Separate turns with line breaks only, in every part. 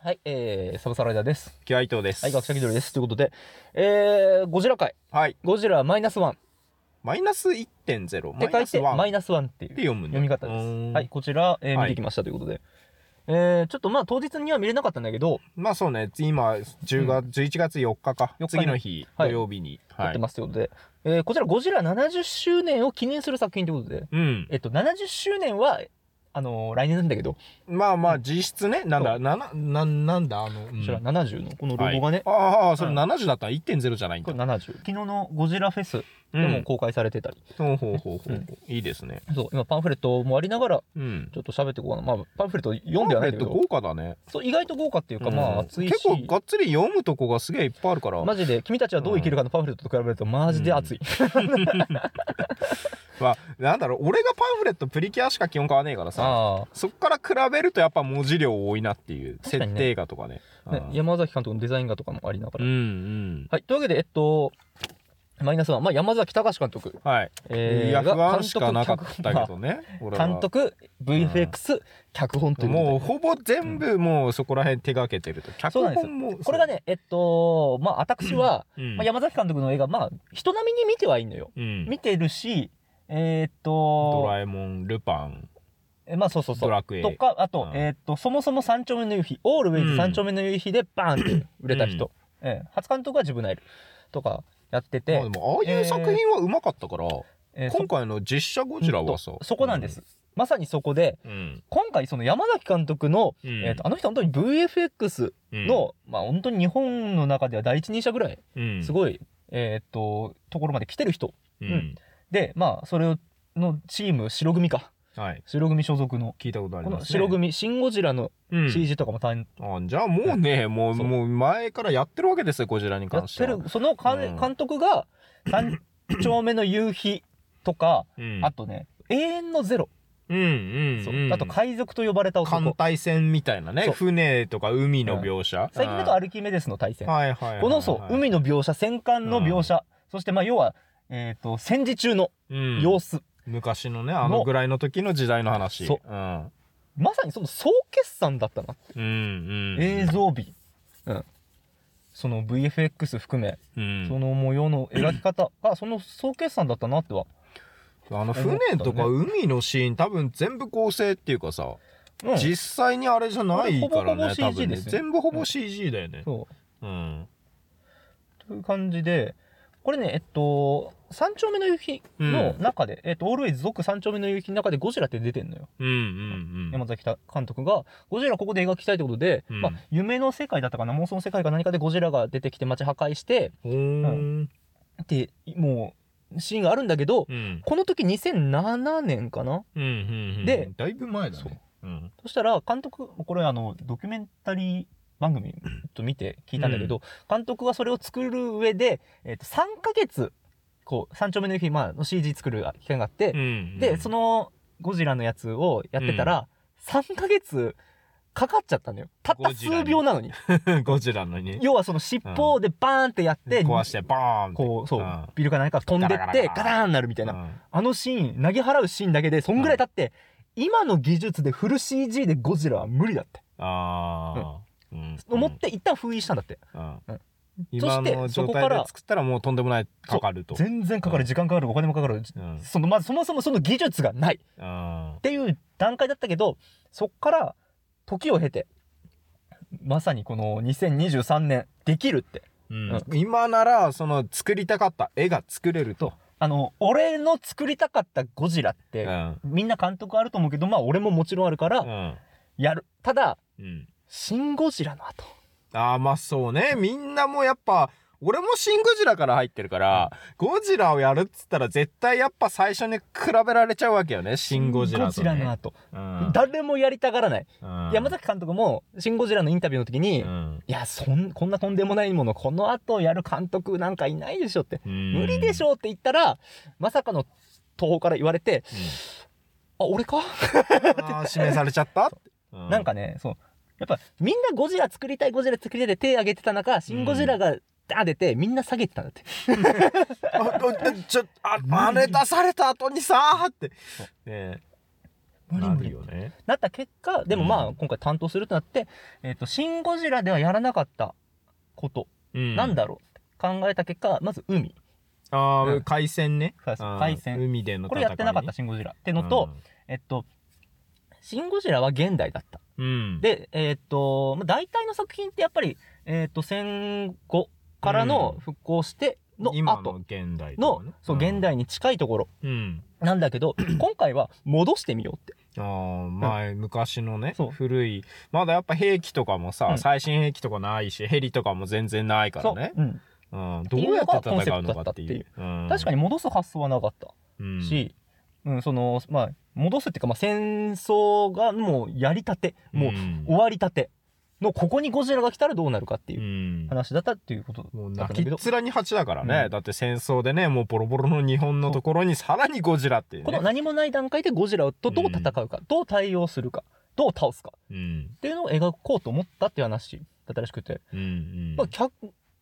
はい、えー、サブサライダーです。
気合いとです。
はい、学者気取りです。ということで、えー、ゴジラ界、
はい。
ゴジラマイナスワンっ
マイナス1.0。
て書いて、マ
マイ
イ
ナス1
ナスワ
っ
ンっていう
て読むんだ
読み方で
うー
す。
ん
はい、こちら、えー、
は
見
い
てきましたということで、えー、ちょっとまあ当日には見れなかったんだけど、
まあそうね、今、10月、11月4日か
4日に。
次の日、
は
土
い
曜日に。
やってますということで、えー、こちらゴジラ70周年を記念する作品ということで、
うん
え。っと、70周年は、あのー来年なんだけど、
まあまあ、実質ね、なん
そ
だ、なな、ななんだ、あの、う
こ
ん
ちら70の、このロ
はい
ゴがね、
ああ、そうれ
ん
70だったら1.0じゃないん
こ
だ
れ。70。昨日のゴジラフェス
う
でも
ん。
公開されてたり、
ほうほうほうほ
うん
う。いいですね。
そう、今パンフレットもありながら、
うん
ち。ょっと喋っていこうかな。まあ、パンフレット読んではないんだけ
パ
ど
ンフレ、ット豪華だね。
そう意外と豪華っていうか、まあ
うん
熱いし
結構がっつり読むとこがすげえいっぱいあるから。
マジで君たちはどう生きるかのパンフレットと比べるとマジで熱い、
まあ、なんだろう、俺がパンフレット、プリキュアしか基本買わねえからさ。
あ
そっから比べるとやっぱ文字量多いなっていう
確か
設
にね
定画とかね。
あ、ね
うん
山崎監督のデザイン画とかもありなが
う
ら、
んうん。
はいというわけでえっとマイナスワン、まあ、山崎隆監督、
はい。
えー
いや、不
が
安しかなかったけ
脚
どね。俺
本
は
監督 VFX、脚本という
もう
こ
ほぼ全部もうそこら辺手がけてると。
そうな
脚
んですよ
本も。
とでこれがねえっとまあ私は、
そう、うん
まあ、山崎監督の映画まあ人並みに見てはいいのよ、
うん
見てるしえーっ
ド
と
ラえもん、ルパン、
えまあそうそうそ
ド
う
ラクエ。
とかあと、
うん
えーっとそもそも三丁目の夕日オールウェイ
う
ズ
ん
三丁目の夕日でバーンって売れた人、
う
ええ初監督は自分のエルとかやってて、
まあでも、ああいう作品はうまかったから、
ええそ
今回の実写ゴジラはさ
うんと。そこなんです、まさにそこで
うん。
今回その山崎監督の、
うん。
えーっとあの人本当に VFX の、まあ本当に日本の中では第一人者ぐらい
うん、
す
い。
ごい、えーっとところまで来てる人
うん。
でまあそれをのチーム白組か
はい。
白組所属の
聞いたことあり
こ
ます、
の
ね。
白組「シン・ゴジラ」の
うん
CG とかも担
あじゃあもうね、もう、
そう
もう前からやってるわけですよ、こちらに
やっ
関して
て
は。
るそのかん、
うん
監督が 「三丁目の夕日」とか、
うん
あとね「永遠のゼロ
うんうん、」
そう
うん。
あと「海賊と呼ばれた
艦
男
隊船みたいな
そ
ね
う
船とか海の描写、」
最近だと「ア
る
ルキメデスの対戦」
はいはいはいはい
このそう海の描写戦艦の描写、そしてまあ要は、えー、と戦時中の
うん
様子、
昔のねあのぐらいの時の時代の話、
そう
ん、
まさにその総決算だったな、
うんうん
映、像美、うん、その VFX 含め、
うん
その模様の描き 方がその総決算だったなっては、
あの船とか海のシーン多分全部合成っていうかさ、
うん
実際にあれじゃないか
あ
らね
れほぼほぼ CG
多分ね
ですよ
全部ほぼ CG だよね、
そう
うん
という感じで、これね、えっと、三丁目の夕日の中で、えっと、オールウェイズ族三丁目の夕日の中でゴジラって出てんのよ。
うんうんうん
山崎監督が、ゴジラここで描きたいってことで、
うん
まあ、夢の世界だったかな、妄想の世界か何かでゴジラが出てきて街破壊して、
ほーん
って、もう、シーンがあるんだけど、
うん
この時2007年かな
うんうんうん
で
だいぶ前だ
そう
ねうん
そしたら、監督、これあの、ドキュメンタリー番組、と見て聞いたんだけど、監督がそれを作る上で、えっと、3ヶ月、こう、三丁目の夕日、まあ、の CG 作る期間があって、
うん
で、そのゴジラのやつをやってたら、3ヶ月かかっちゃったのよ。たった
ゴジラ
数
に
秒なのに。
ゴジラのに
要はその尻尾でバーンってやって、
壊してバーンって
こう、そう、
ん
ビルか何か飛んでっ
ガラガラ
て
ガ、ラ
ガラーンなるみたいな。あのシーン、投げ払うシーンだけで、そんぐらい経って、今の技術でフル CG でゴジラは無理だって。
ああ、うん
思って、一旦封印したんだって。
うん
うん
今
そし
の
て
状
そこ
態
か
で
ら
作ったらもうとんでもないかかると。
全然かかる、
うん
時間かかる、お金もかかる。
うん
その、まずそもそもその技術がない。
あ
っていう段階だったけどそっから時を経てまさにこの2023年できるって
ーうん今ならその作りたかった絵が作れると。
あの俺の作りたかったゴジラっ
う
て、
ん
みんな監督あると思うけどまあ俺ももちろんあるから
うん
やる、ただ
うん
「シン・ゴジラ」の後
ああまあそうねみんなもやっぱ俺もシン・ゴジラから入ってるから、ゴジラをやるっつったら絶対やっぱ最初に比べられちゃうわけよねシン・ゴジラと、ね。
の後、
うん
誰もやりたがらない、
うん
山崎監督も「シン・ゴジラ」のインタビューの時に「
うん
いやそんこんなとんでもないものこの後やる監督なんかいないでしょ」って「無理でし
ょ、
ょ」って言ったらまさかの東宝から言われて
う
「
ん
あ俺か?」
あー指名されちゃった、う
なんかね、そう。やっぱ、みんなゴジラ作りたい、ゴジラ作りたいで手挙げてた中、シンゴジラが、ダー出て、みんな下げてたんだって。
あ、あちょ、あ、真似出された後にさーって。ね
無理無理
なるよね。
なった結果でもま
う
あ
ん
今回担当するとなって「えっとシン・ゴジラ」ではやらなかったこと、
うん
なんだろうって考えた結果まず海
ああ、
うん
海鮮ね。
そうです
あー
海鮮
海での
これやってなかった「
し
シン・ゴジラ」ってのと、、えっと「シン・ゴジラ」は現代だった
うん。、
でえっとまあ大体の作品ってやっぱり、えっと戦後からの
うん
復興しての
今の
後
現代と
の
かね
そう現。代に近いところ
うんうん。
なんだけ ど今回は戻してみようって
あー前、昔のね
そう
古いまだやっぱ兵器とかもさ、
うん
最新兵器とかないしヘリとかも全然ないからね
そう、うん、
う、ん、どうやって戦うのかって
って
い
いう
ううん
確かに戻す発想はなかった
うん
し、うんそのまあ戻すっていうか、まあ、戦争がもうやりたてもう
うん
終わりたてのここにゴジラが来たらどうなるかっていううん話だったっていうこと
もう
だったんだ
泣き
けど、
っ面に蜂だからね、
うん
だって戦争でねもうボロボロの日本のところにさらにゴジラっていう、
こ
ね
の何もない段階でゴジラとどう戦うか、どう対応するかどう倒すか
うん
っていうのを描こうと思ったっていう話だったらしくて、
うんうん。
まあ脚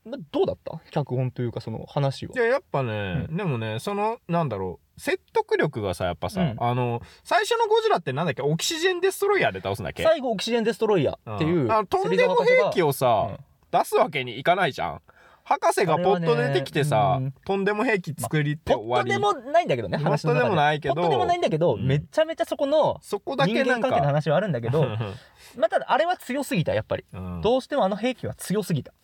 まあ、どうだった脚本というかその話はい
ややっぱね、
う
でもねそのなんだろう説得力がさやっぱさ、
うん
あの最初のゴジラってなんだっけオキシジェンデストロイヤーで倒すんだっけ
最後オキシジェンデストロイヤーってい
ん
う
あのとんでも兵器
を
をさ、出すわけにいかないじゃん博士がポッと出てきて
あれ
さ、
はねうん
とんでも兵器作りって
ポッ
終わ
と
り、
でもないんだけどね話の中
ポッとでもないけど
ポッとでもないんだけど、
うん
めちゃめちゃそこの
そこだ
人
けな
間
ん
関係の
か
話はあるんだけど まあただあれは強すぎたやっぱり、
うん
どうしてもあの兵器は強すぎた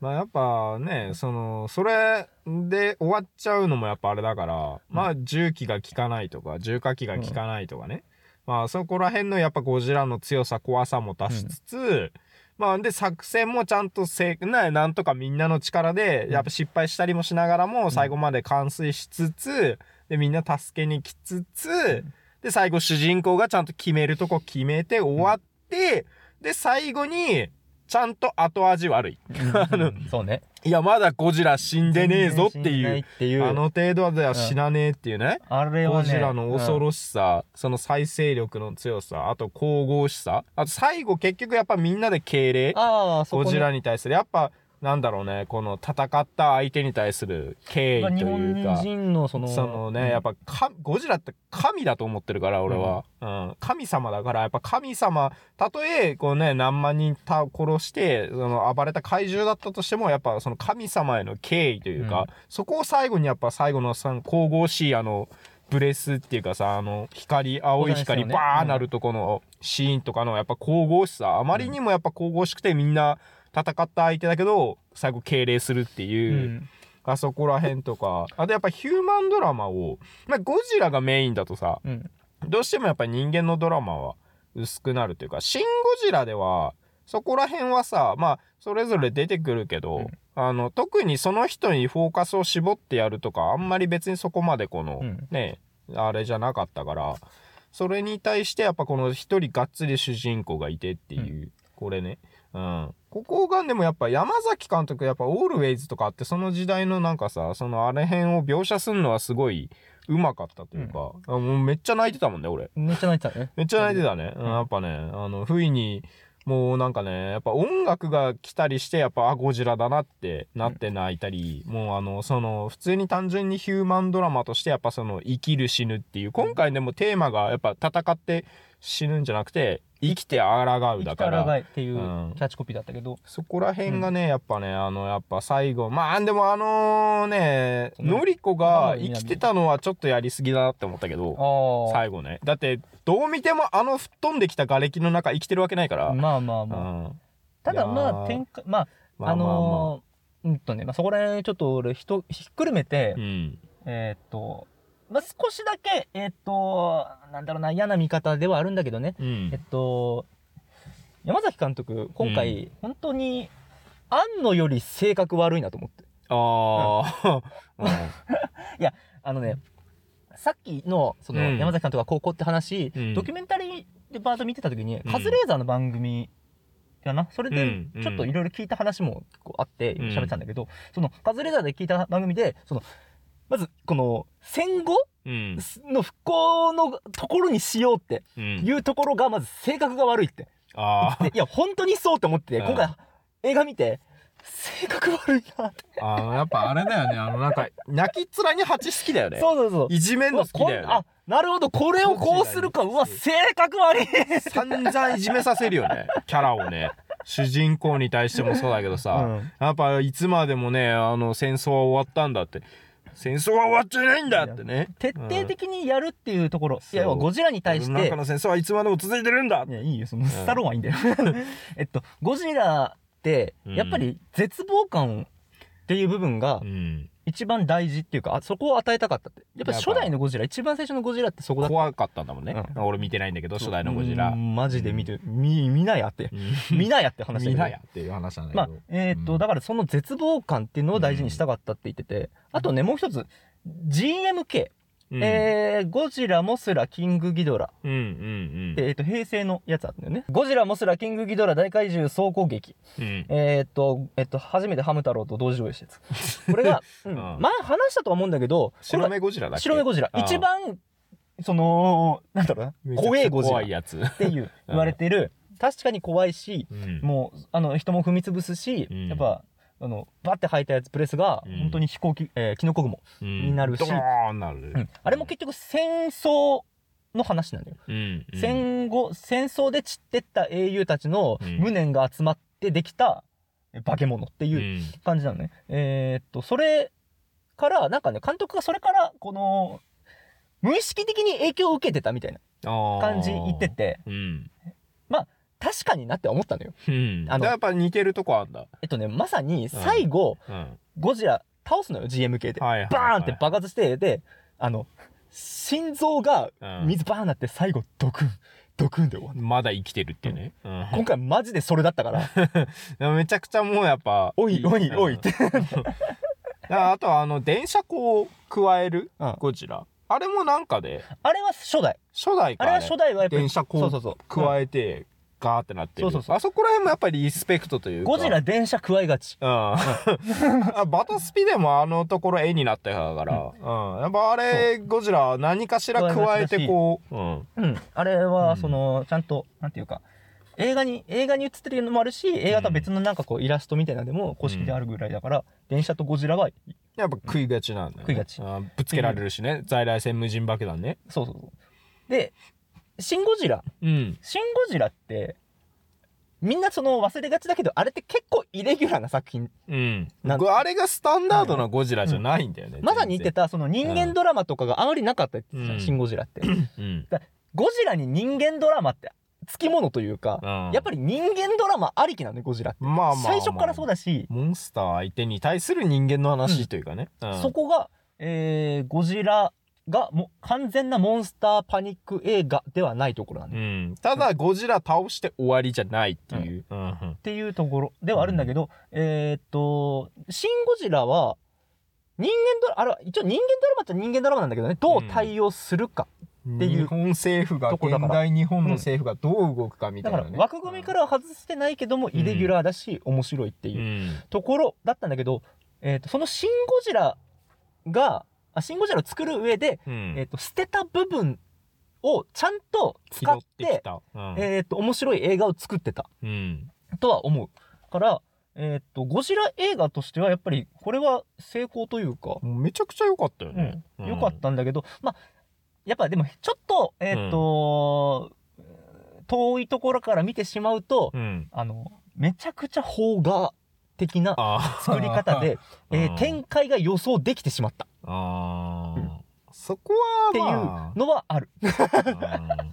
まあやっぱねそのそれで終わっちゃうのもやっぱあれだから、まあ重機が効かないとか重火器が効かないとかね、まあそこら辺のやっぱゴジラの強さ怖さも出しつつ、まあで作戦もちゃんとせななんとかみんなの力で
うん
やっぱ失敗したりもしながらも最後まで完遂しつつ、でみんな助けに来つつ、
ん
で最後主人公がちゃんと決めるとこ決めて終わって、で最後にちゃんと後味悪い。の
うんそうね
いや、まだゴジラ死んでねえぞって
全然信じないっ
う。
ていう
あの程度では
ん
死なねえっていうね。
あれ
ゴ
はね
ジラの恐
うん
ろしさ、その再生力の強さ、あと神々しさ。あと最後結局やっぱみんなで敬礼。
ああそこ
ゴ
ね
ジラに対する。やっぱ、なんだろうね、この戦った相手に対する敬意
ま
と
あ日
いうか
本。人のその
そのね、
うん
やっぱかゴジラって神だと思ってるから俺は、うん神様だからやっぱ神様たとえこうね何万人た殺してその暴れた怪獣だったとしてもやっぱその神様への敬意というか、
うん
そこを最後にやっぱ最後のさ神々しいあのブレスっていうかさあの光青い光
そうですよね
バーなるとこのシーンとかのやっぱ神々しさあまりにもやっぱ神々しくてみんな戦った相手だけど最後敬礼するって
う
いう。
ん
あそこら辺とか、あとやっぱヒューマンドラマを、まあ、ゴジラがメインだとさ、
うん
どうしてもやっぱり人間のドラマは薄くなるというか、シン・ゴジラでは、そこら辺はさ、まあ、それぞれ出てくるけど、
うん
あの、特にその人にフォーカスを絞ってやるとか、あんまり別にそこまでこの、
うん
ね、あれじゃなかったから、それに対してやっぱこの一人がっつり主人公がいてっていう、これね。うん、ここがでもやっぱ山崎監督やっぱ「オールウェイズ」とかあってその時代のなんかさそのあれ辺を描写するのはすごいうまかったというか、あもうめっちゃ泣いてたもんね俺
めっちゃ泣いてたね
めっちゃ泣いてたね、うん
うん
やっぱねあの不意にもうなんかねやっぱ音楽が来たりしてやっぱあゴジラだなってなって泣いたり、もうあのその普通に単純にヒューマンドラマとしてやっぱその生きる死ぬっていう今回でもテーマがやっぱ戦って死ぬんじゃなくて生きて抗うだか
生
ら
きた抗いっていう
うん
キャッチコピーだったけど、
そこら辺がね、やっぱね、あの、やっぱ最後、まあ、でもあのね、
その
のりこが生きてたのはちょっとやりすぎだなって思ったけど、
あ
最後ね。だって、どう見てもあの吹っ飛んできた瓦礫の中生きてるわけないか
あ
ら。
まあまあ
うん。
まあ、
ま
ただ
いや
ま
ー
あ展開まあ
あま
あ
あまあ。
のーうんとね、まあ、そこら辺ちょっと俺ひとひっくるめて、
うん。
えーっと、まあ、少しだけえーっとなんだろうな嫌な見方ではあるんだけどね
う
えっ
ん。
と山崎監督今
う
回、本当に庵野より性格悪いなと思って
ああ。
あのねさっきのその
うん
山崎監督が高校って話、
うん
ドキュメンタリーでバート見てた時に、
うん
カズレーザーの番組かなそれ
う
で
んうん
ちょっといろいろ聞いた話もこうあって
うん
喋ってたんだけど、そのカズレーザーで聞いた番組でそのまずこの戦後
うん。
の復興のところにしようって
うん。
いうところがまず性格が悪いって
ああ。
でいや本当にそうと思って
うん
今回映画見て性格悪いなって。
あのやっぱあれだよねあのなんか泣きっ面に蜂好きだよね
そうそうそう。
いじめんの好きだよ
う
ね
わこんあなるほどこれをこうするかうわ性格悪い
散々いじめさせるよ ねキャラをね主人公に対してもそうだけどさ、
うん
やっぱいつまでもねあの戦争は終わったんだって戦争は終わっちゃいないんだってね
徹底的にやるっていうところ、い
そう
や要はゴジラに対し
世の
て
中の戦争はいつまでも続いてるんだ
いやいいよそのスタローンはいいんだよ、 えっとゴジラって
うん
やっぱり絶望感っていう部分が
うん
一番大事っていうかあそこを与えたかったってやっぱ初代のゴジラ一番最初のゴジラってそこだった
怖かったんだもんね、
う
俺見てないんだけど初代のゴジラ、
う
うん
んマジで見て見見ないやって
見
見ないやって話だけど
なやっていう話なんだ
まあ
けど、
えーっと
うん
だからその絶望感っていうのを大事にしたかったって言ってて、あとねもう一つ GMK、
うん
えーゴジラモスラキングギドラ、
うんうん
えーっと平成のやつあったんだよねゴジラモスラキングギドラ大怪獣総攻撃
うんうん
えーっとえっと初めてハム太郎と同時上映したや つこれが、うん
ああ
前話したとは思うんだけどこ
白
れ
目ゴジラだっけ
白目ゴジラ
ああ
一番そのなんだろうな
めちゃくちゃ
怖えゴジラ
怖
っ
いやつ、
ていう言われてる確かに怖いし
うん
もうあの人も踏み潰すし、
うん
やっぱあのバッて吐いたやつプレスが、
うん
本当に飛行機、えー、キノコ雲、
に
なるし
ドーンなる、
うんあれも結局戦争の話なんだよ、
うんうん
戦後戦争で散ってった英雄たちの
うん
無念が集まってできたえ化け物って
う
いうん感じなのね、えーっとそれからなんかね監督がそれからこの無意識的に影響を受けてたみたいな感じ言って、て
あーうん
確かになって思ったのよ
うん、
あ
あ
の
のやっぱ似てるとこあんだ、
えっとねまさに最後、
うん、
ゴジラ倒すのよ GM 系で
はいはいはい
バーンって爆発してであの心臓が
うん
水バーンなって最後ドクンドクンで終わる
まだ生きてるっていうね、う
今回マジでそれだったから
ん、めちゃくちゃもうやっぱ
おいおいおいって
だからあとはあの電車こう加える
うん
ゴジラあれもなんかで
あれは初代
初代か
あ
ら
れは初代はやっぱり
電車こ
そううそうそう
加
え
えてガーってなって
そ
る
うそうそう
あそこら辺もやっぱりリスペクトというか
ゴジラ電車加えがち
うん あバタスピでもあのところ絵になったやから、うん、やっぱあれゴジラ何かしら加えてこう、うん、
うんあれ
う
は
ん
そのちゃんとなんていうか映画に映画に映ってるのもあるし映画とは別のなんかこうイラストみたいなのでも公式であるぐらいだから電車とゴジラは
やっぱ食いがちなんだよ、
食
ね、
いがち
うんぶつけられるしね在来線無人爆弾ね
そうそうそうでシン・ゴジラ
うん
シン・ゴジラって、みんなその忘れがちだけど、あれって結構イレギュラーな作品。
うん
なん
あれがスタンダードなゴジラじゃないんだよね、
まさに言って
た、
た、その人間ドラマとかがあまりなかったって言ってた、
うん
シン・ゴジラって。
うん
ゴジラに人間ドラマって、つきものというか、
うん
やっぱり人間ドラマありきなんで、ゴジラって。
まあまあまあ
最初からそうだし、
モンスター相手に対する人間の
うん
話というかね、うん
そこが、えーゴジラがもう完全なモンスターパニック映画ではないところなんで、
う
っ
ん、ただゴジラ倒して終わりじゃないっていう、うん
ていうところではあるんだけど、えーっと、シン・ゴジラは、人間ドラマ、あれは一応人間ドラマっちゃ人間ドラマなんだけどね、どう対応するか。っていう
日本政府が
とこだ
現
から
代日本の政府がどう動くかみた
だ
い
か
な、
ら
ね
枠組みからは外してないけども
うん
イレギュラーだし面白いって
うん、
いうところだったんだけど、えー、とその「シン・ゴジラが」あシン・ゴジラを作る上で、
うん
えー、と捨てた部分をちゃんと使って
拾きた、うん
えー、と面白い映画を作ってた
うん
とは思うから、えー、とゴジラ映画としてはやっぱりこれは成功というか、
もうめちゃくちゃ良かったよ
う
ね、
んよかったんだけど、まあやっぱでもちょっと,、えーと遠いところから見てしまうと、
た、うん、
あの、めちゃくちゃ邦画的な
あー
作り方で、えー
うん
展開が予想できてしまったっ
あー、
うん
そこ
ていう
は、ま
のはある。
あ、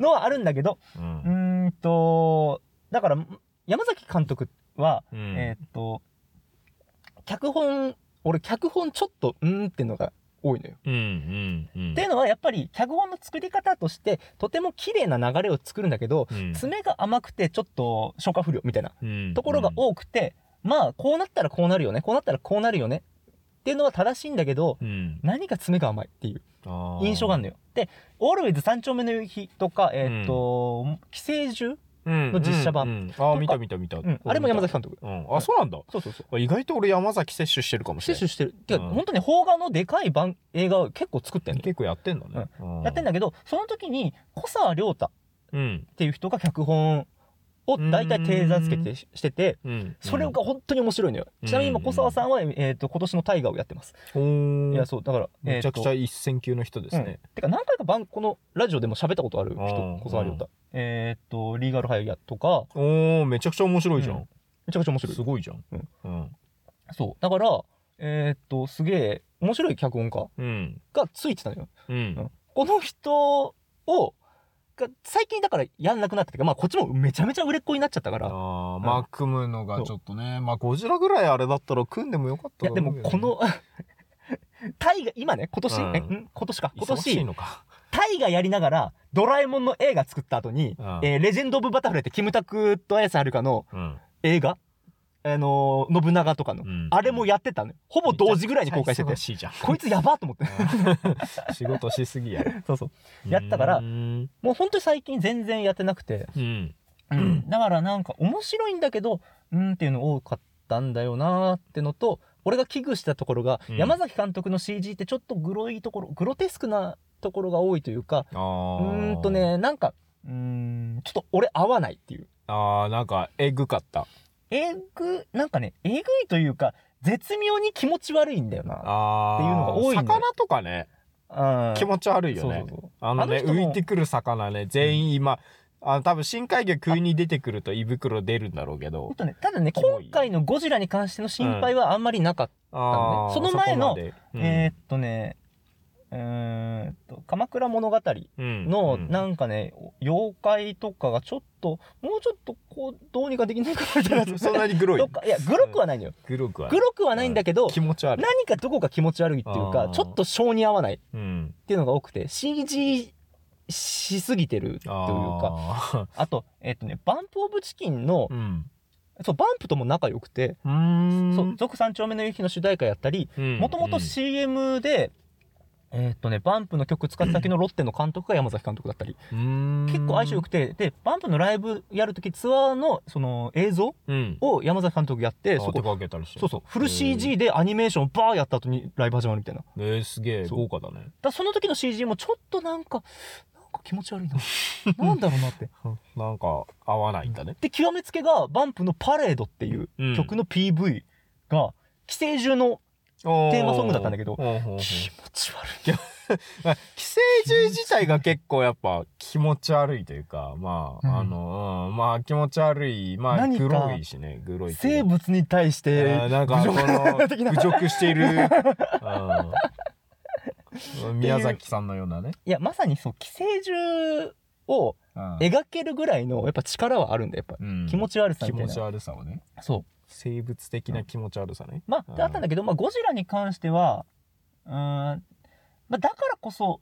のはあるんだけど、
うん
うーんと、だから、山崎監督は、
うん
えーっと、脚本、俺脚本ちょっと、うーんってのが多いのよ。
うんうんうん
っていうのはやっぱり脚本の作り方としてとても綺麗な流れを作るんだけど
うん
爪が甘くてちょっと消化不良みたいな
うん
ところが多くて、まあこうなったらこうなるよねこうなったらこうなるよねっていうのは正しいんだけど
うん
何か爪が甘いっていう
あー
印象があるのよ。で「オールウェイズ三丁目の夕日」とか「えーっと寄生獣、
の
実写版
ああ見た見た見た、
あれも山崎
さ
監督。
ん、うん、あそうなんだ
そうそうそう。
意外と俺山崎摂取してるかもしれ
摂
な
取
い
してる。てか、
うん
本当に邦画のでかい番映画を結構作ってんのよ
結構やってんだね、
やってん
だ
だけどその時に小沢亮太
うん
っていう人が脚本を大体定座付けてししてて、
うん
それが本当に面白いのよ。ちなみに今、小沢さんは、えっと、今年の大河をやってます。
うん
い
ほ
や、
ー
そう、だから、
めちゃくち
え
ゃ
ーと
一線級の人ですね、
うんてか、何回か番、このラジオでも喋ったことある人
うん、
小沢亮太。えっと、リーガルハイヤとか、
おおめちゃくちゃ面白いじゃん、
うんめちゃくちゃ面白い
す。ごいじゃん
うん
うん、
そう。だから、えっと、すげえ、面白い脚本家
うん
がついてたのよ。
うん
この人を、が最近だからやんなくなったっていうか、まあこっちもめちゃめちゃ売れっ子になっちゃったから、
あー
ん
まあ組むのがちょっとねまあゴジラぐらいあれだったら組んでもよかっ
い
た
や
だ
で
ろう
も
けどね
この 大河今ね今年、
うん
えん今年か今
忙しい
年
のか
大河やりながらドラえもんの映画作った後に、
うん
えーレジェンド・オブ・バタフライ」ってキムタクと綾瀬はるかの
うん
映画、あのー信長とかの、
うん
あれもやってたのよほぼ同時ぐらいに公開して
め
て
ちゃくちゃ忙しいじゃん
こいつやばと思って
仕事しすぎや
そうそうやったから
うん
もうほんと最近全然やってなくて、
うん
うん、だからなんか面白いんだけど、うんっていうの多かったんだよなーってのと、俺が危惧したところが、
うん
山崎監督の CG ってちょっとグロいところ、グロテスクなところが多いというか、う
あー
ーんとね、なんか、うーん、ちょっと俺合わないっていう。
あーなんかえぐかった
えぐ、なんかね、えぐいというか、絶妙に気持ち悪いんだよな。
あー
っていうのが多いんだよ
魚とかね
あ
気持ち悪いよね
そうそうそう
あのね
あの人も
浮いてくる魚ね全員今、あ多分深海魚食いに出てくると胃袋出るんだろうけ
ほん
ど
とね、ただね、
キモ
今
い
回のゴジラに関しての心配はあんまりなかった。
あー
その前の
そこまでうん
えーっとね、うーんと、鎌倉物語
うん
の、
うん
なんかね、妖怪とかがちょっと、もうちょっとこう、どうにかできないかなみたいな。
そんなにグロい
どっかいや、グロくはないのよ。
グロくは
グロくはないんだけど、
気持ち悪い、
何かどこか気持ち悪いっていう
あ
か
ー、
ちょっと性に合わないっ
うん、
ていうのが多くて、CG しすぎてるというか、
あ
あと、えっとね、バンプオブチキンの
ー、 うん
そう、バンプとも仲良くて、
うー ん
そう、続三丁目の夕日の主題歌やったり、もともと CM で、えーっとね、バンプの曲使った先のロッテの監督が山崎監督だったり、結構相性良くて、で、バンプのライブやるとき、ツアーのその映像
うん
を山崎監督やって、
あ
そ
手
こ、
かけたりして
そうそう、フ
へ
ル
ー
CG でアニメーションをバーやった後にライブ始まるみたいな。だか
えー、すげえ
そう
豪華だね
らその時の CG もちょっとなんか、なんか気持ち悪 いな。なんだろうなって。
なんか合わないんだね、
で、極めつけが、バンプのパレードっていう
うん
曲の PV が、寄生獣の
テ
ーマソングだったんだけど気
寄
持ち悪い。
生獣自体が結構やっぱ気持ち悪いというかまあ、
うん
あの、うんまあ気持ち悪いまあ
何か
グロいしねグロいとい
生
うか
物に対し
あ
て
ー、な んかこの
侮的な
侮辱して いる、うん、宮崎さんのようなね、
いや、まさにそう、寄生獣を
うん
描けるぐらいの、やっぱ力はあるんだよ、やっぱ。
うん
気持ち悪さみ
気
たい
持
な
ち。悪さをね
そう。
生物的な気持ち悪さね、
まあ、
うん
であったんだけど、まあ、ゴジラに関しては、うーん、まあ、だからこそ、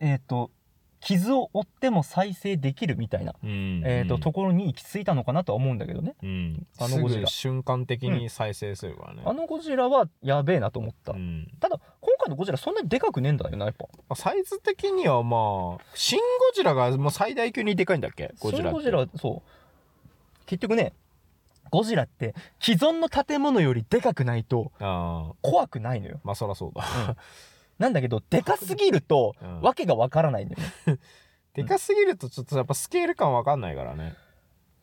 えっ、と、傷を負っても再生できるみたいな、
うん
えっ、と、
うん
ところに行き着いたのかなとは思うんだけどね。
うん、
あの
す
ゴジ
ぐ
ラ
瞬間的に再生するからね、
あのゴジラはやべえなと思った。
うん
ただ、今回のゴジラそんなにでかくねえんだよな、やっぱ。
まあサイズ的にはまあシン・ゴジラがもう最大級にでかいんだっけゴジ
シン
ラって
ゴジラは、そう。結局ね、ゴジラって既存の建物よりでかくないと
ああ
怖くないのよ。
まあそらそうだ
なんだけど、でかすぎると
うん、
わけがわからないんだよね。
でかすぎるとちょっとやっぱスケール感わかんないからね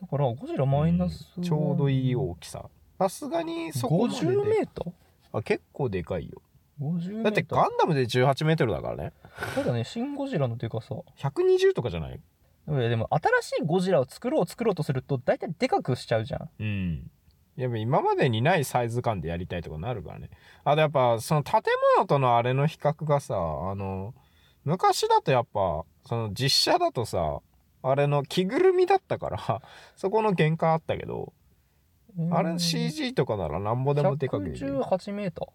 だから、ゴジラマイナス、
うんちょうどいい大きささすがにそこまで
50メ
で
ート
あ結構でかいよ
ル ?50 メートル
だってガンダムで1 8メートルだからね
ただね、シン・ゴジラのでかさ。
120とかじゃない
いやでも、新しいゴジラを作ろう作ろうとすると、大体でかくしちゃうじゃん。
うんやっぱ今までにないサイズ感でやりたいとかなるからねあとやっぱその建物とのあれの比較がさあの昔だとやっぱその実写だとさあれの着ぐるみだったからそこの限界あったけどあれ CG とかならなんぼでもでかくできる
118メータ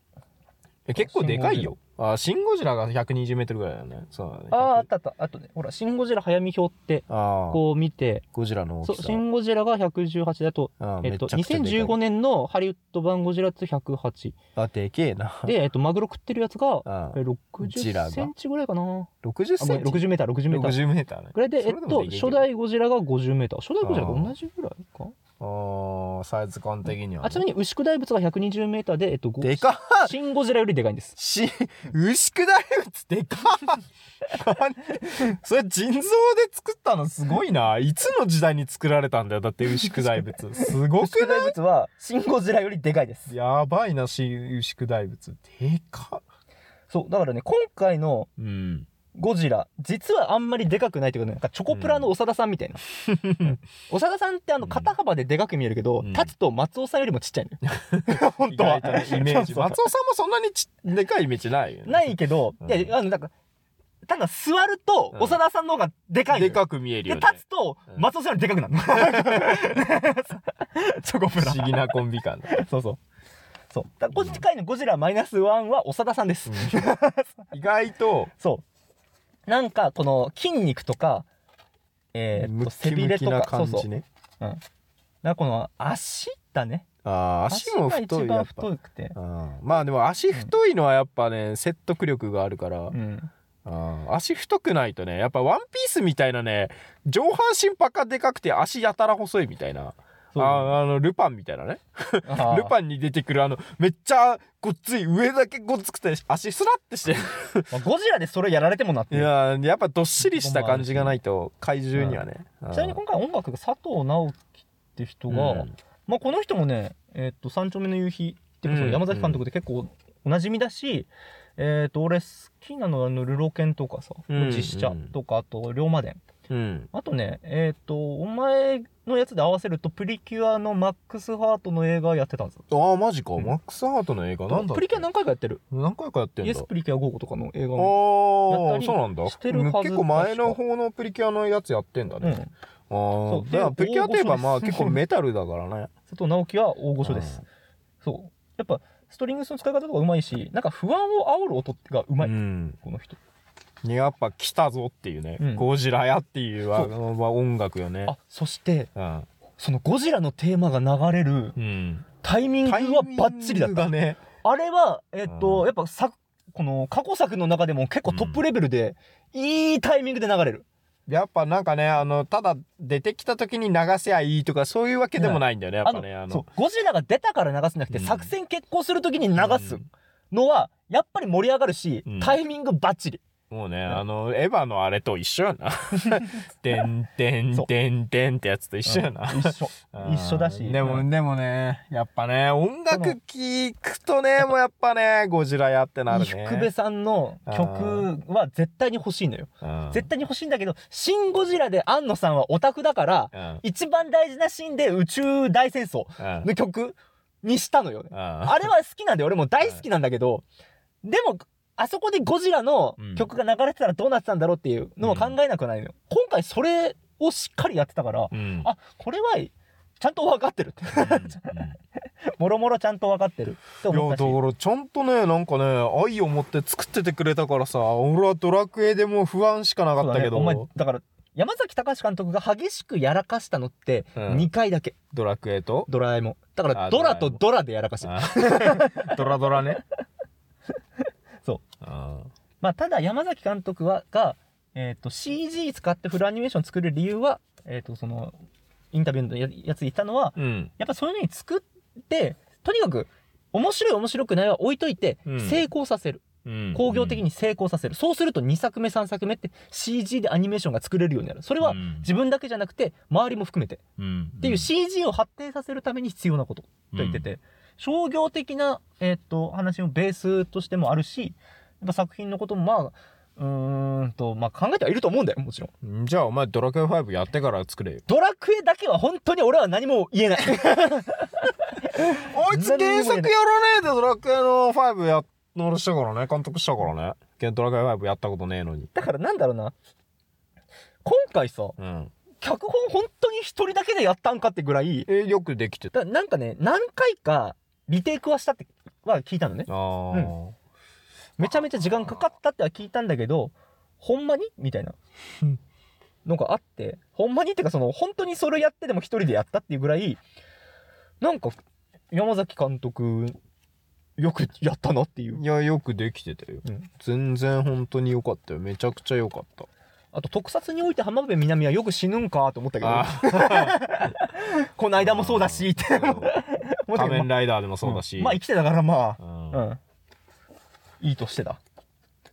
え結構でかいよあシン・ゴジラが1 2 0ルぐらいだよねそうだね
ー。ああ、あっ
100
たあった。あとね、ほら、シン・ゴジラ早見表って、
あー
こう見て、
ゴジラの大
そう、
きさ
シン・ゴジラが118だと、
あー
えっと、
めちゃくちゃでかい
2015年のハリウッド版ゴジラって108。
あでけえな
で、えっと、マグロ食ってるやつが、
あ
え
ージラが
60センチぐらいかな。あ、
60
ごめ
セ
ん
ンチ
60メーター、60メーター。
60メーターね
ぐらいで、
そ
えっ
れでも
と、
でけえけど
初代ゴジラが50メーター。初代ゴジラと同じぐらいか
あーのサイズ感的にはね、
あちなみに牛久大仏が 120m で、えっと、ご
でかっ
シン・ゴジラよりでかいんです。
し、牛久大仏でかっなんそれ腎臓で作ったのすごいな。いつの時代に作られたんだよ。だって牛久大仏。すご
牛
く
久
な
大仏はシン・ゴジラよりでかいです
い。やばいな、し牛久大仏。でかっ
そう、だからね、今回の
うん。
ゴジラ、実はあんまりでかくないってことねなんかチョコプラの長田さんみ たいな。長田さんってあの肩幅ででかく見えるけど、
うん
立つと松尾さんよりもちっちゃいのよ。
本当は。イメージ。松尾
そうそう
さんもそんなにちでかいイメージないよね。
ないけど、
うん
いや、あの、なんか、ただ座ると、
うん
長田さんの方がでかいの
で
よ
かく見える
で
よね。
立つと、
うん
松尾さんよりでかくな るの。チョコプ
不
ラ。
思議なコンビ感だ。
そうそう。そう。だから今回のゴジラマイナスワンは長田さんです。
意外と、
そう。なんか、この筋肉とか、えーっ
ム
と、
ッキ
背び
ム
れ
キ
と
な
か、そ
感
うそう。だ
じ
か
ね。
らこの足だね。
ああ、足も太い。
が
やっ
一番
ぱ
太くて。
うんまあでも足太いのはやっぱね説得力があるから、
うん。
うん足太くないとねやっぱワンピースみたいなね上半身パカでかくて足やたら細いみたいな
そう
ああのルパンみたいなね
あー
ルパンに出てくるあのめっちゃごっつい上だけごっつくて足スラっ てして
まあゴジラでそれやられてもなって
い
いう。
やーやっぱどっしりした感じがないと怪獣にはね、
ちなみに今回音楽が佐藤直樹って人が、
うん
まあこの人もね、えーっと、三丁目の夕日っていうかその
うん
山崎監督で結構おなじみだし、えーっと、俺好きなのはあの、ルロケンとかさ、
うん
実写とか、あと、龍馬伝。
うん
あとね、えっ、と、お前のやつで合わせると、プリキュアのマックスハートの映画やってたんですよ。
ああマジか、
うん
マックスハートの映画なんだっけ
プリキュア何回かやってる。
何回かやってん
イ
だ
エスプリキュア午後とかの映画の。や
あ
った
あ
り
そうなんだ
してるはず
結構前の方のプリキュアのやつやってんだ
う
ね、
ん。
あ
佐
あ
そう
だからプリキュアといえばまあ
で大御所です
結構メタルだからね
藤直樹は大御所です。そう。やっぱ、ストリングスの使い方とかうまいし、なんか不安を煽る音が うまい。
うん
この人。
やっぱ来たぞっていうね、
うん
ゴジラやっていうあ
そう
のまあ音楽よね
あ、そして、
うん
そのゴジラのテーマが流れる
うん、
タイミングはバッチリだっ
タ
た。
イミングがね
あれは、えっ、と、
うん
やっぱさ、この過去作の中でも結構トップレベルで、いいタイミングで流れる。
やっぱなんかねあのただ出てきた時に流せばいいとかそういうわけでもないんだよねやっ
あ
ぱねあの
そうゴジラが出たから流すんじゃなくて、
うん
作戦決行するときに流す
うん
のはやっぱり盛り上がるし、
うん
タイミングバッチリ
もうね、あのエヴァのあれと一緒や な「てんてん
そう
てんてん」ってやつと一緒やな、
一緒一緒だし
でも、
う
でもね、やっぱね、音楽聴くとね、もうやっぱね、ゴジラやってなる
伊
ね。
福部さんの曲は絶対に欲しいのよ
うん
絶対に欲しいんだけど「シン・ゴジラ」で庵野さんはオタクだから
うん
一番大事なシーンで宇宙大戦争
う ん
の曲にしたのよね
うん
あれは好きなんで俺も大好きなんだけど、でも、あそこでゴジラの曲が流れてたらどうなってたんだろうっていうのは考えなくはないのよ。今回それをしっかりやってたから、
うん
あ、これは、ちゃんと分かってるって。 もろもろちゃんと分かってるって
うんい
思っ
やだ
たし。
からちゃんとねなんかね愛を持って作っててくれたからさ俺は「ドラクエ」でもう不安しかなか
そう
っ
だ
た
ね
けど、
お前、だから、山崎隆監督が激しくやらかしたのって、
うん
2回だけ、
ドラクエと
ドラえもん。だから、
あ
ドラ
ドラえも
と
ん
ドラでやらかしてる。
あ ドラドラね
そう
あ
まあ、ただ山崎監督はが、えー、と CG 使ってフルアニメーション作る理由は、えー、とそのインタビューのややつ言ったのは
うん
やっぱそういうのに作ってとにかく面白い面白くないは置いといて、
うん
成功させる
うん
工業的に成功させる、そうすると2作目3作目って CG でアニメーションが作れるようになるそれは
うん
自分だけじゃなくて周りも含めてっ
うん
ていう CG を発展させるために必要なことと言ってて、商業的な、えーっと話のベースとしてもあるしやっぱ作品のこともまあうーんと、まあ、考えてはいると思うんだよもちろん
うんじゃあお前「ドラクエ5」やってから作れよ
ドラクエだけは本当に俺は何も言えない
あいつ原作やらねえでドラクエの5や乗るしたからね監督したからねドラクエ5やったことねえのに
だからなんだろうな今回さ
うん
脚本本当に一人だけでやったんかってぐらい
えよくできてた
だなんかね何回かリテイクはしたっては聞いたのね
ああ、
うんめちゃめちゃ時間かかったっては聞いたんだけどほんまにみたいな
うん
のがあってほんまにってかその本当にそれやってでも一人でやったっていうぐらいなんか山崎監督よくやったなっていう
いやよくできてたよ、
うん
全然本当に良かったよめちゃくちゃ良かった
あと特撮において浜辺美波はよく死ぬんかと思ったけど
あ
この間もそうだし って思った
ー
けど
仮面ライダーでもそうだし、
んまあ生きてたからま
う
あ、
ん
うんいいとしてだ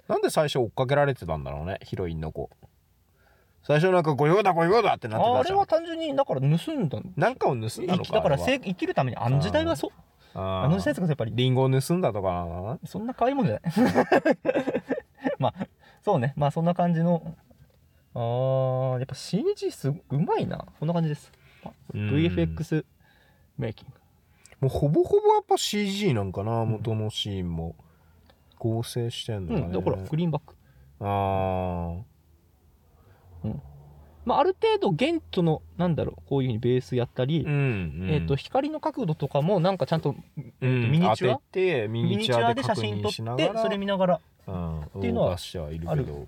なんで最初追っかけられてたんだろうねヒロインの子最初なんか「ご用だご用だ」ってなって
あ
た
れ
じゃん
は単純にだから盗んだん
なんかを盗んだのか
だから
あ
せ生きるためにあの時代はそうあ
あ
の時代
代
とかやっぱり
リンゴを盗んだとかなのかな
そんな可愛いもんじゃない まあそうねまあそんな感じのあーやっぱ CG すごうまいなそんな感じです
うん
VFX メイキング
もうほぼほぼやっぱ CG なんかな元のシーンも合成してんの
う
かね、
ん、だからグリーンバック。
あ
まあ、ある程度、ゲントの、なんだろう、こういうふうにベースやったり、
ーうん、うん、
えっ、と、光の角度とかも、なんかちゃんと
うん
ミニチュア
当ててミ
ミニ
ニ
チ
チ
ュ
ュ
ア
ア
で
で
写
確
真
認
撮
し
っ
な
て
が、ら
それ見ながら、
うん、
ていうのは
動かしてはいるけど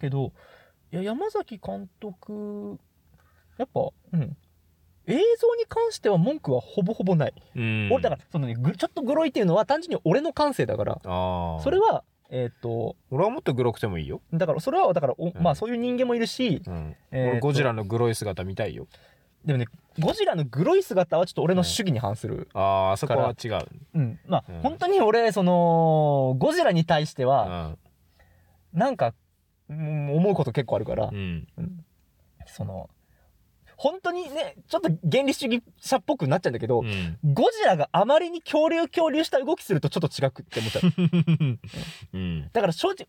けど、いや、山崎監督、やっぱ、うん。映像に関しては文句はほぼほぼない。
うん
俺、だから、そのね、ぐちょっとグロいっていうのは単純に俺の感性だから、
ああ
それは、えっ、と、
俺はもっとグロくてもいいよ、
だから、それは、だから、お
ん
まあ、そういう人間もいるし、
うん
えーと
俺ゴジラのグロい姿見たいよ
でもね、ゴジラのグロい姿はちょっと俺の主義に反する。
ああそこは違う、
うん、まあ、
うん
本当に俺そのゴジラに対して
う
は、
ん
なんか、うん思うこと結構あるから、
うん、
うんその本当にねちょっと原理主義者っぽくなっちゃうんだけど、
うん
ゴジラがあまりに恐竜恐竜した動きするとちょっと違くって思っちゃう
うん
だから正直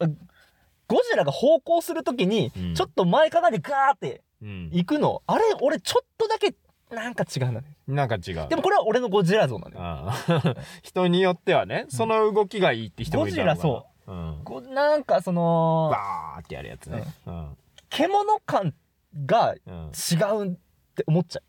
ゴジラが方向するときに、
うん
ちょっと前かがでガーって
うん
行くのあれ俺ちょっとだけなんか違うな
なんか違う
でもこれは俺のゴジラ像なんだよ
ああ 人によってはねその動きがいいって人もいるだろうから
ゴこ
うん
うなんかその
バーってやるやつねうん
獣感が
うん
違うって思っちゃ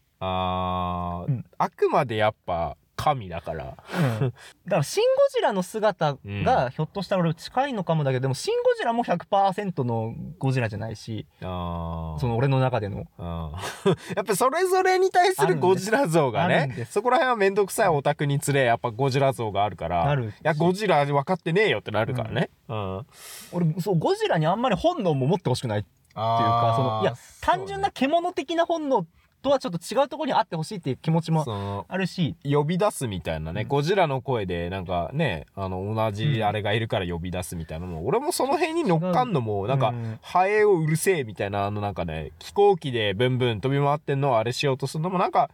あ
うん
ーあくまでやっぱ神だから
う、 だから「シン・ゴジラ」の姿
う
がひょっとしたら俺近いのかもだけどでも「シン・ゴジラ」も100%のゴジラじゃないし
あ
その俺の中での
あ やっぱそれぞれに対するゴジラ像が
あるんで
ね
す
そこら辺は面倒くさいオタクにつれやっぱゴジラ像があるから
なる
いやゴジラ分かってねえよってなるからねうんって
俺そうゴジラにあんまり本能も持ってほしくないっていう
いう
かそのいや単純な獣的な本能とはちょっと違うところにあってほしいっていう気持ちも
その
あるし
呼び出すみたいなね、
うん
ゴジラの声でなんかねあの同じあれがいるから呼び出すみたいなのも、俺もその辺に乗っかんのもなんか、
うん
ハエをうるせえみたいなあのなんかね飛行機でブンブン飛び回ってんのをあれしようとするのもなんか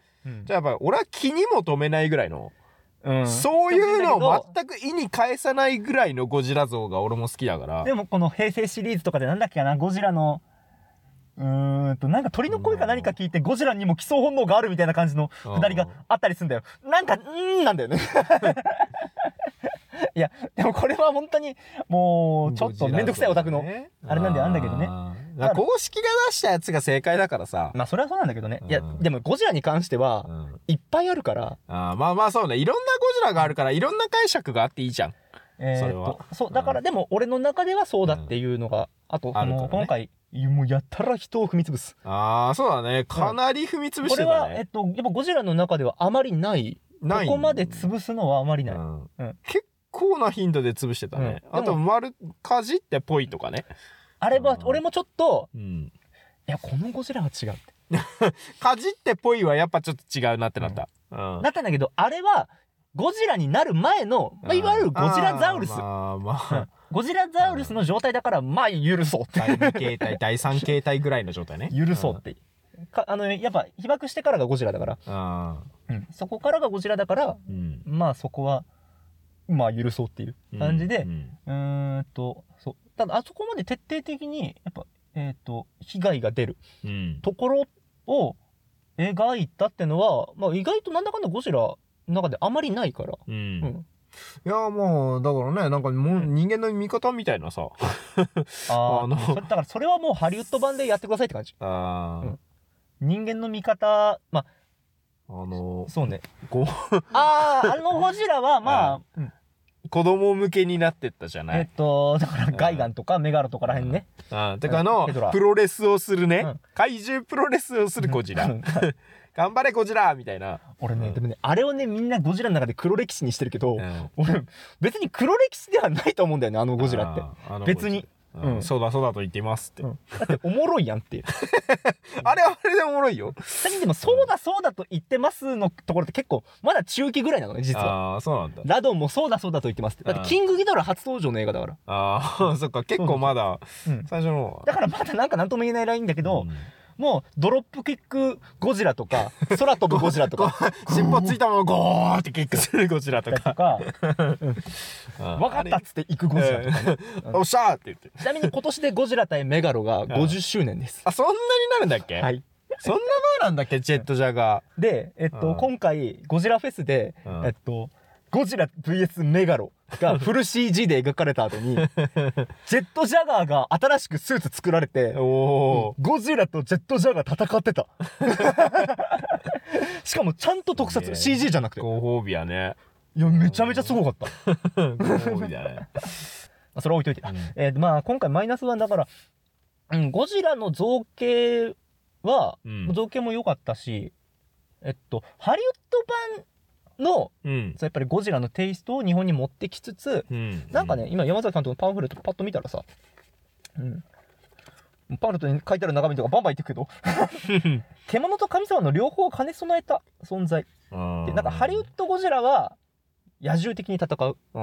じゃあやっぱり俺は気にも留めないぐらいの、
うん
そういうの
だ
を全く意に返さないぐらいのゴジラ像が俺も好きだから
でもこの平成シリーズとかでなんだっけかなゴジラのうーんとなんか鳥の声か何か聞いてゴジラにも基礎本能があるみたいな感じのくだりがあったりするんだよなんかうーんなんだ よねいやでもこれは本当にもうちょっと面倒くさいオタクの、
ゴジラ像ね
あれなんだよあんだけどね
あーだから公式が出したやつが正解だからさ、
まあそれはそうなんだけどねいや
うん
でもゴジラに関しては
うん
いっぱいあるから
あーまあまあそうねいろんなゴジラがあるからいろんな解釈があっていいじゃん
え
そ
ー
れ
っ
は
とそうだからでも俺の中ではそうだっていうのがあとこ
ある
の
からね
今回もうやったら人を踏み潰す
ああそうだねかなり踏み潰し
こ
て
れ
た
はえ
ね
っ、とやっぱゴジラの中ではあまりない
ないん
ここまで潰すのはあまりない、
うん
うん
結構な頻度で潰してたね、
うん
あと丸かじってぽいとかね、
あれば
うん
俺もちょっと
うん、
いやこのゴジラは違うって
かじってぽいはやっぱちょっと違うなってなった、うん
なったんだけどあれはゴジラになる前の、まあ、いわゆるゴジラザウルス、
あーまあ
う
ま
んゴジラザウルスの状態だからまあ許そうって
あ、第2形態第3形態ぐらいの状 態ね
許そうってかあのやっぱ被爆してからがゴジラだから、
あ
そこからがゴジラだから
ーうん
まあそこはまあ許そうっていう感じで、
うん
うーんと、そう。ただ、あそこまで徹底的に、やっぱ、えっ、と、被害が出る
うん
ところを描いたってのは、まあ、意外となんだかんだゴジラの中であまりないから。
うん
うん。
いやもうだからねなんかもう人間の見方みたいなさ
あ
あ
あ
の
の、それだからそれはもうハリウッド版でやってくださいって感じ。
あー、
人間の見方、ま
あの
あ、そうね。
こう
ああ、あのゴジラは、 まあ、うん
子供向けになってったじゃな
えっ
い。
と、だからガイガンとかメガロとからへんね。
うん、てかあの
ペドラ
プロレスをするね、
うん
怪獣プロレスをするゴジ
う
ラ
ん
頑張れゴジラみたいな、
俺ね、
うん
でもね、あれをね、みんなゴジラの中で黒歴史にしてるけど、
うん
俺、別に黒歴史ではないと思うんだよね、あのゴジラって。
あーあの
別に
ゴうん
うん
そうだそうだと言っていますって、
うんだっておもろいやんっていう。
あれはあれでおもろいよ
ちなみにでも、そうだそうだと言ってますのところって結構、まだ中期ぐらいなのね、実は。
ああーそうなんだ
ラドンもそうだそうだと言ってますって。だっ
あ
て、
ー
キングギドラ初登場の映画だから。
ああ そっか結構まだ
うん
最初の
だからまだなんかなんとも言えないラインだけ
け
ど、もうドロップキックゴジラとか、空飛ぶゴジラと か、
尻尾ついたままゴーってキックするゴジラ と
だと
か
か、
うん
分かったっつって行くゴジラとかね。
あれおっしゃーって言って
ちなみに今年でゴジラ対メガロが50周年です。
あそんなになるんだっけ、
はい。
そんな前なんだっけジェットジャガ
で、えっ
う
と、
ん
今回、ゴジラフェスで、
うん
えっと、ゴジラ VS メガロがフル CG で描かれた後に、 ジェットジャガーが新しくスーツ作られて
ー、おお、
ゴジラとジェットジャガー戦って た。しかもちゃんと特
すげ
撮、
え
CG じゃなくて。
ご褒美やね
いや、めちゃめちゃすごかった。
ご褒美だね、
あそれは置いといて。
うん
えーまあ今回マイナス1だから、うん、ゴジラの造形は、
うん
造形も良かったしえっとハリウッド版の
うん
そうやっぱりゴジラのテイストを日本に持ってきつつ
うん、
なんかね、今山崎監督のパンフレットパッと見たらさ、うん、パンフレットに書いてある中身とかバンバン言ってくけ ど獣と神様の両方を兼ね備えた存在
うん、
でなんかハリウッドゴジラは野獣的に戦う
ド
っていう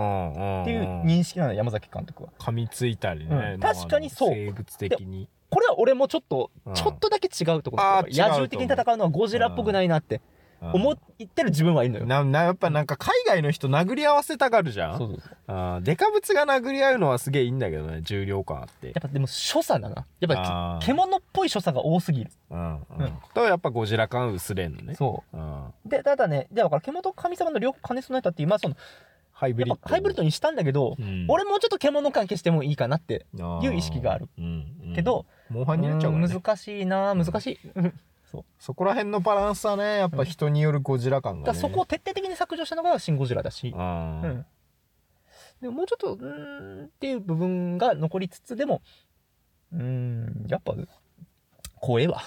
認識なの山崎監督は。
噛みついたりね、
うん
まあ
確かにそう
生物的に
これは俺もちょっと、
うん
ちょっとだけ違うところ
あー
やっぱり野
違う
獣
と
的
思
に
う
戦うのはゴジラっぽくないなって思
っ
ってる自分はいるのよ。
ななやっぱなんか海外の人殴り合わせたがるじゃん
そうそうそう
あーデカブツが殴り合うのはすげえいいんだけどね重量感あって
やっぱでも所作だな。やっぱ
あー
け獣っぽい所作が多すぎる。
うんうん
うん
とやっぱゴジラ感薄れんのね
そ
うん
う。で、ただね、でだから獣と神様の両方兼ね備えたっていう、まあその、
ハイブ
や
リ
っ
ッ
ぱハイブリッドにしたんだけど、
ド、うん
俺もうちょっと獣関係してもいいかなって
あー
いう意識がある
うんうん
けど、
モンハンになっちゃうから、
うー
ね
ん、難しいな難しい。うん
そこら辺のバランスはねやっぱ人によるゴジラ感
だから
が、ね、
そこを徹底的に削除したのがシン・ゴジラだし。
あ
う
ー
ん、でももうちょっとうーんっていう部分が残りつつでもうーんやっぱ怖えわ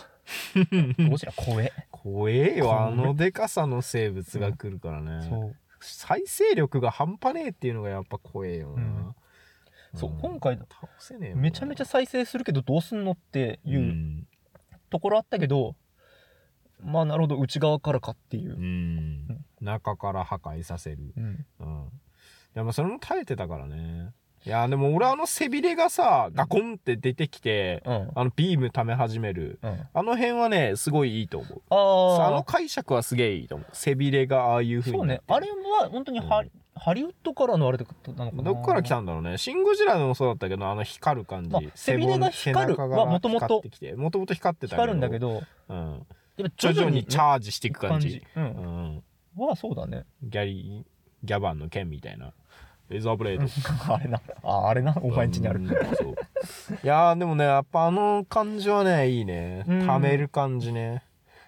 ゴジラ怖え、
怖えよ
怖い
あのでかさの生物が来るからね、
そう
再生力が半端ねえっていうのがやっぱ怖えよな、
うんそう
うん
今回
倒せねえ
めちゃめち
ゃ、
ゃ再生するけどどうすんのっていううんところあったけど、まあなるほど内側からかっていう
う、ん、中から破壊させる
うん
うんでもそれも耐えてたからねいやでも俺あの背びれがさガコンって出てきて
うんうん、
あのビーム溜め始める
あ
あの辺はねすごいいいと思うあの
あ
解釈はすげえいいと思う背びれがああいう風に
そうねあれは本当にハ,、ハリウッドからのあれだったなのかな
どっから来た
の
んだろうね。シン・ゴジラでもそうだったけど、あの光る感じ
あ。背びれが光る
背中が
は元々
光ってきて、もともと光ってた
光るんだけ。ど
うん。
やっぱ
徐
徐
々
々
に
に
チャージしていく感じ。
う
うんん。
はそうだね
ギャリー、ギャバンの剣みたいな。レーザーブレード。
あれな。あ、あれな。お前んちにある
う。ん。そういやー、でもね、やっぱあの感じはね、いいね。
うん
溜める感じね。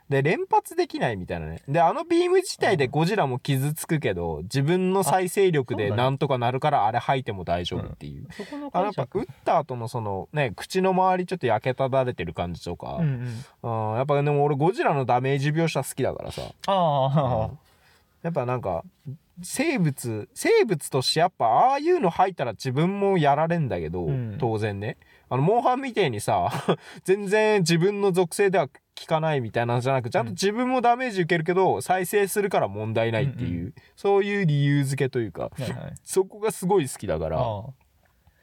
で、連発できないみたいなね。で、あのビーム自体でゴジラも傷つくけど、自分の再生力
あそ
で
うだね
なんとかなるから、あれ吐いても大丈夫っていう。
そこの
あの
会
やっ
社
ぱ。打った後のそのね口の周りちょっと焼けただれてる感じとか、
うんうん。
うんやっぱでも俺ゴジラのダメージ描写好きだからさ、
あ
うんやっぱなんか生物生物としてやっぱああいうの吐いたら自分もやられんだけど、
うん
当然ねあのモンハンみてえにさ 全然自分の属性では効かないみたいなんじゃなくちゃんと自分もダメージ受けるけど再生するから問題ないっていう、
うん
そういう理由付けというか
あ。はいはい
そこがすごい好きだから、
ああ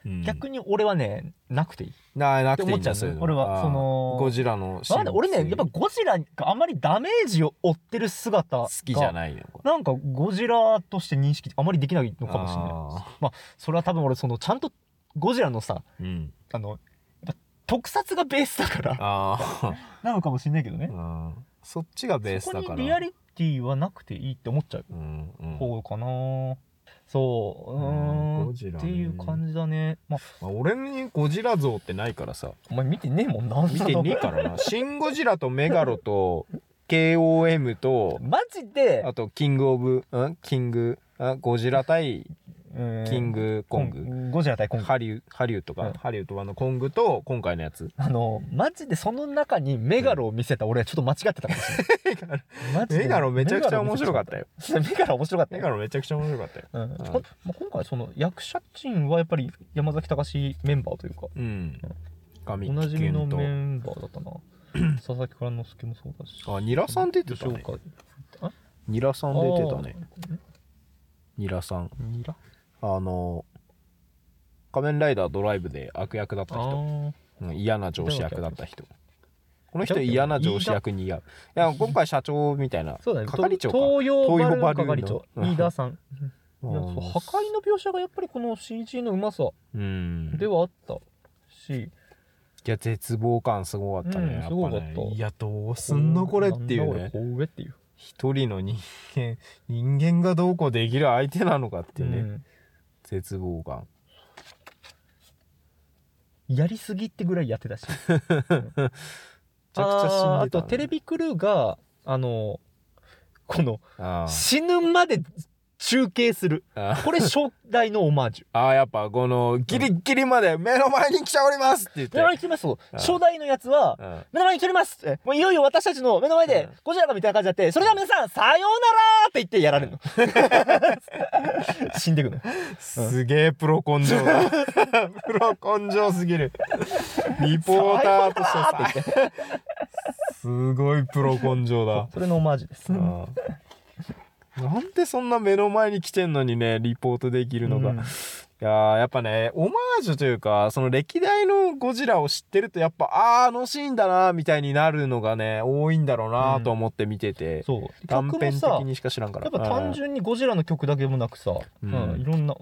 うん
逆に俺はね、なくていい。
ななくていい
って思っ
んだ
ちゃうね
そういうの
俺は
あー
その
ゴジラのシーン
なんで俺ね、やっぱゴジラがあんまりダメージを負ってる姿が
好きじゃないのか
なんかゴジラとして認識あまりできないのかもしれない。
あ
それは多分俺、その、ちゃんとゴジラのさ、
ーうん
あの、やっぱ特撮がベースだから、
あ
なのかもしれないけどね。
ーうんそっちがベース
そ
だ
こ
から
にリアリティはなくていいって思っちゃう
うんうん
方かな。そう、うー
うん
ん、
ゴ
っ
ジラね
ていう感じだね。まあ、
まあ、俺にゴジラ像ってないから さ
お前見てねえもんな。見
見てねえから な「シン・ゴジラ」と「メガロ」と「KOM」と
マジで
あと「キング・オブ」ん「キング」あ「ゴジラ対
うん
キングコング、
ゴジラ対コング
ハリウハリウッドか、
うん
ハリウッド版のコングと今回のやつ
あのマジでその中にメガロを見せた俺はちょっと間違ってたかもしれないマジで
メガロめちゃくちゃ面白かったよ
メガロ面白かった
メ
よ
ガロめちゃくちゃ面白かったよ
うんまま今回その役者陣はやっぱり山崎隆メンバーというか
うん
お
神
なじみの
木
メ
健
ンバーだ ったな佐々木蔵之介もそうだし
とあニラさん出てたね
吉岡
ニラさん出てたねニラさん
あーニラ
あの仮面ライダードライブで悪役だった人
ー
うん嫌な上司役だった人この人嫌な上司役に似合ういや今回社長みたいな
そうだね
係長か
東洋バルーン
東洋バ
係
ルーンの
長飯田 さん
う
いやそうん破壊の描写がやっぱりこの CG のうまさ
うん
ではあったし、
いや絶望感すごかった
うん
ね、やっぱね
すごかった
いやどうすんのこれっていう
なんだ
ね
これこう上っていう
一人の人間人間がどうこうできる相手なのかっていうね、
うん
絶望感
やりすぎってぐらいやって たしめち
めちゃくちゃ死んでたね
あーあとテレビクルーがあのこの
あー
死ぬまで中継する
あー
これ初代のオマー ジュ
あーやっぱこのギリギリまで目の前に来ておりますって言って
目の前に来てます初代のやつは
うん
目の前に来ておりますえもういよいよ私たちの目の前で
うん
ゴジラがみたいな感じになってそれでは皆さんさようならって言ってやられる の死んでくの
すげえプロ根性 だプロ根性すぎるリポーターと
さようならって言っ
しててすごいプロ根性だ
それのオマージュです。
うんなんでそんな目の前に来てんのにねリポートできるのか、
うん
いやーやっぱねオマージュというかその歴代のゴジラを知ってるとやっぱあーあのシーンだなみたいになるのがね多いんだろうなと思って見てて、
そう。
短
曲も
編的
さ、
にしか知らんか
や
ら
っぱ単純にゴジラの曲だけでもなくさ、
う
うんんいろんな、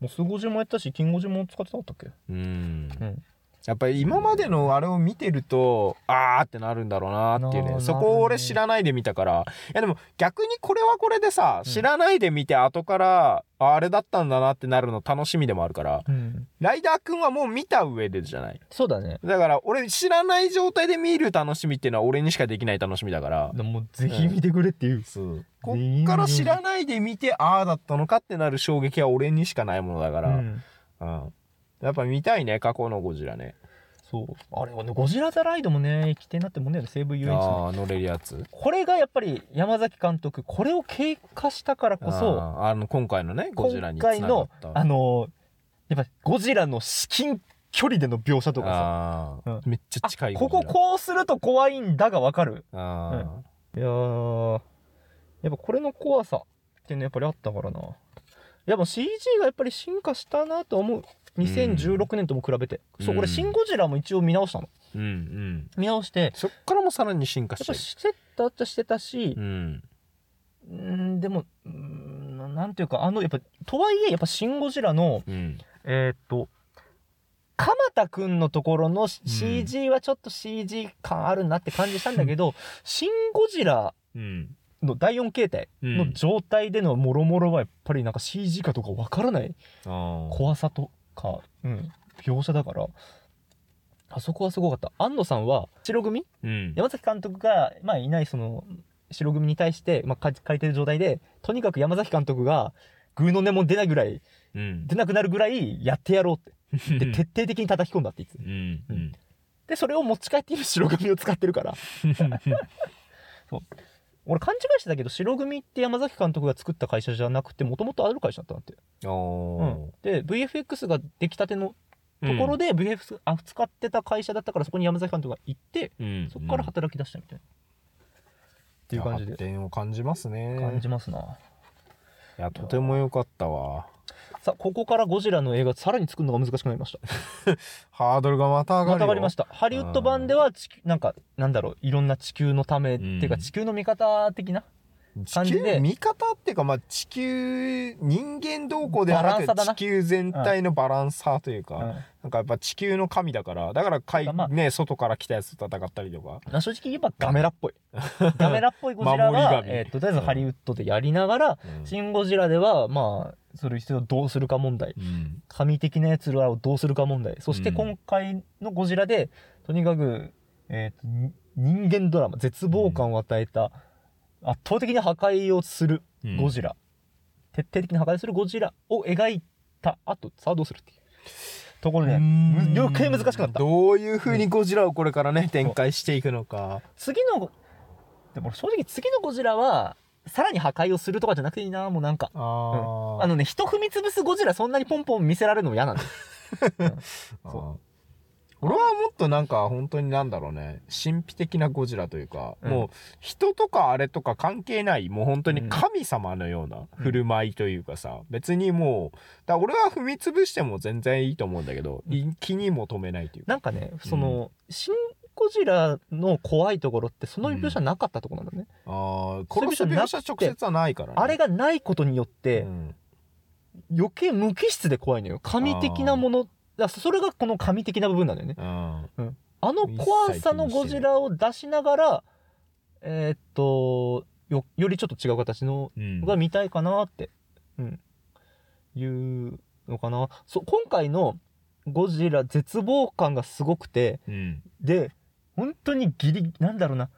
モスゴジもやったし、キンゴジも使ってなかったっけ
うん
うん。
やっぱり今までのあれを見てるとあーってなるんだろうなってい
な
うね
るね
そこを俺知らないで見たからいやでも逆にこれはこれでさ
うん
知らないで見て後からああれだったんだなってなるの楽しみでもあるから
うん。
ライダーくんはもう見た上でじゃない
そうだね。
だから俺知らない状態で見る楽しみっていうのは俺にしかできない楽しみだから
でももうぜひ見てくれっていう。
そうこっから知らないで見てああだったのかってなる衝撃は俺にしかないものだか
う
ら、
ん。
うん、やっぱ見たいね過去のゴジラね
そう。あれはね、ゴジラ・ザ・ライドもね、規定になってもんね、西武遊園地の。
ああ乗れるやつ
これがやっぱり山崎監督、これを経過したからこそ、
あーあの今回のねゴジラ
今
につながった
回の、あのーやっぱゴジラの至近距離での描写とかさ、
あー
う
めっちゃ近い
あこここうすると怖いんだがわかる。
あ
いやー、やっぱこれの怖さっていうのやっぱりあったからな。やっぱ CG がやっぱり進化したなと思う。2016年とも比べて。
うん
そう、これ、シン・ゴジラも一応見直したの。
うんうん
見直して、や
そっからもさらに進化
っ
し
ぱ
て
してたっちゃしてたし
う、ん
うーん、でも、うーん、なんていうか、あの、やっぱ、とはいえ、やっぱシン・ゴジラの、
うん
えーっと、鎌田くんのところの
うん
CG はちょっと CG 感あるなって感じしたんだけ ど、シン・ゴジラ
うん
の第4形態
うん
の状態でのもろもろはやっぱりなんか CG かとかわからない
あー
怖さとか、うん、描写だからあそこはすごかった安野さんは白組
うん
山崎監督が、まあ、いないその白組に対して、まあ、か借りてる状態でとにかく山崎監督がグーの音も出ないぐらい
うん
出なくなるぐらいやってやろうってで
うん
徹底的に叩き込んだって言って
うんうん
でそれを持ち帰って今白組を使ってる から俺勘違いしてたけど白組って山崎監督が作った会社じゃなくてもともとある会社だったなんて
あー
で VFX ができたてのところで VFX あ使ってた会社だったからそこに山崎監督が行って
うん
そこから
うん
働き出したみたいな、っていう感じ
発
で
展を感じます
感
ね
じますな、
いやとても良かったわ
さあここからゴジラの映画さらに作るのが難しくなりました
ハードルがまた上
ま
がる
た
よ
上がりましたハリウッド版では地球なんかなんだろういろんな地球のため、
ん
っていうか地球の味方的な感じ
地球
で
見方っていうか、まあ、地球人間同行では
バラン
な
サ
く
だな
地球全体のバランサーというか、
うん
なんかやっぱ地球の神だからだからかい、
まあ
ね、外から来たやつと戦ったりとか、
まあ正直言えばガメラっ ぽいガメラっぽいゴジラ
守
は、
り神
えー、ととりあえずハリウッドでやりながら、シン・ゴジラではまあそれ必要どうするか問題
うん
神的なやつらをどうするか問題そして
うん
今回の「ゴジラで」とにかく、えーとに人間ドラマ絶望感を与えた、圧倒的に破壊をする
うん
ゴジラ、徹底的に破壊するゴジラを描いた後さあどうするっていうところで、
うん
む余計難しくなった
どういうふうにゴジラをこれからね展開していくのか
次のでも俺正直次のゴジラはさらに破壊をするとかじゃなくていいなもうなんか
あ
あのね人踏み潰すゴジラそんなにポンポン見せられるのも嫌なんです
あ
そ
ー俺はもっとなんか本当になんだろうね神秘的なゴジラというか、
うん
もう人とかあれとか関係ないもう本当
う
に
ん
神様のような振る舞いというかさ、別にもうだから俺は踏み潰しても全然いいと思うんだけど、
うん
い気にも留めないというか
なんかねその、シン・ゴジラの怖いところってその描写なかったところなんだね、
ああ
そういう
殺
こ
す
とになっ
描
て
写直接はないからね
あれがないことによって、
うん
余計無機質で怖いのよ神的なものだそれがこの神的な部分なんだよね
うん
あの怖さのゴジラを出しながらえーっとよよりちょっと違う形の
うん
が見たいかなって、うん、いうのかなそう今回のゴジラ絶望感がすごくて
うん
で本当にギリなんだろうな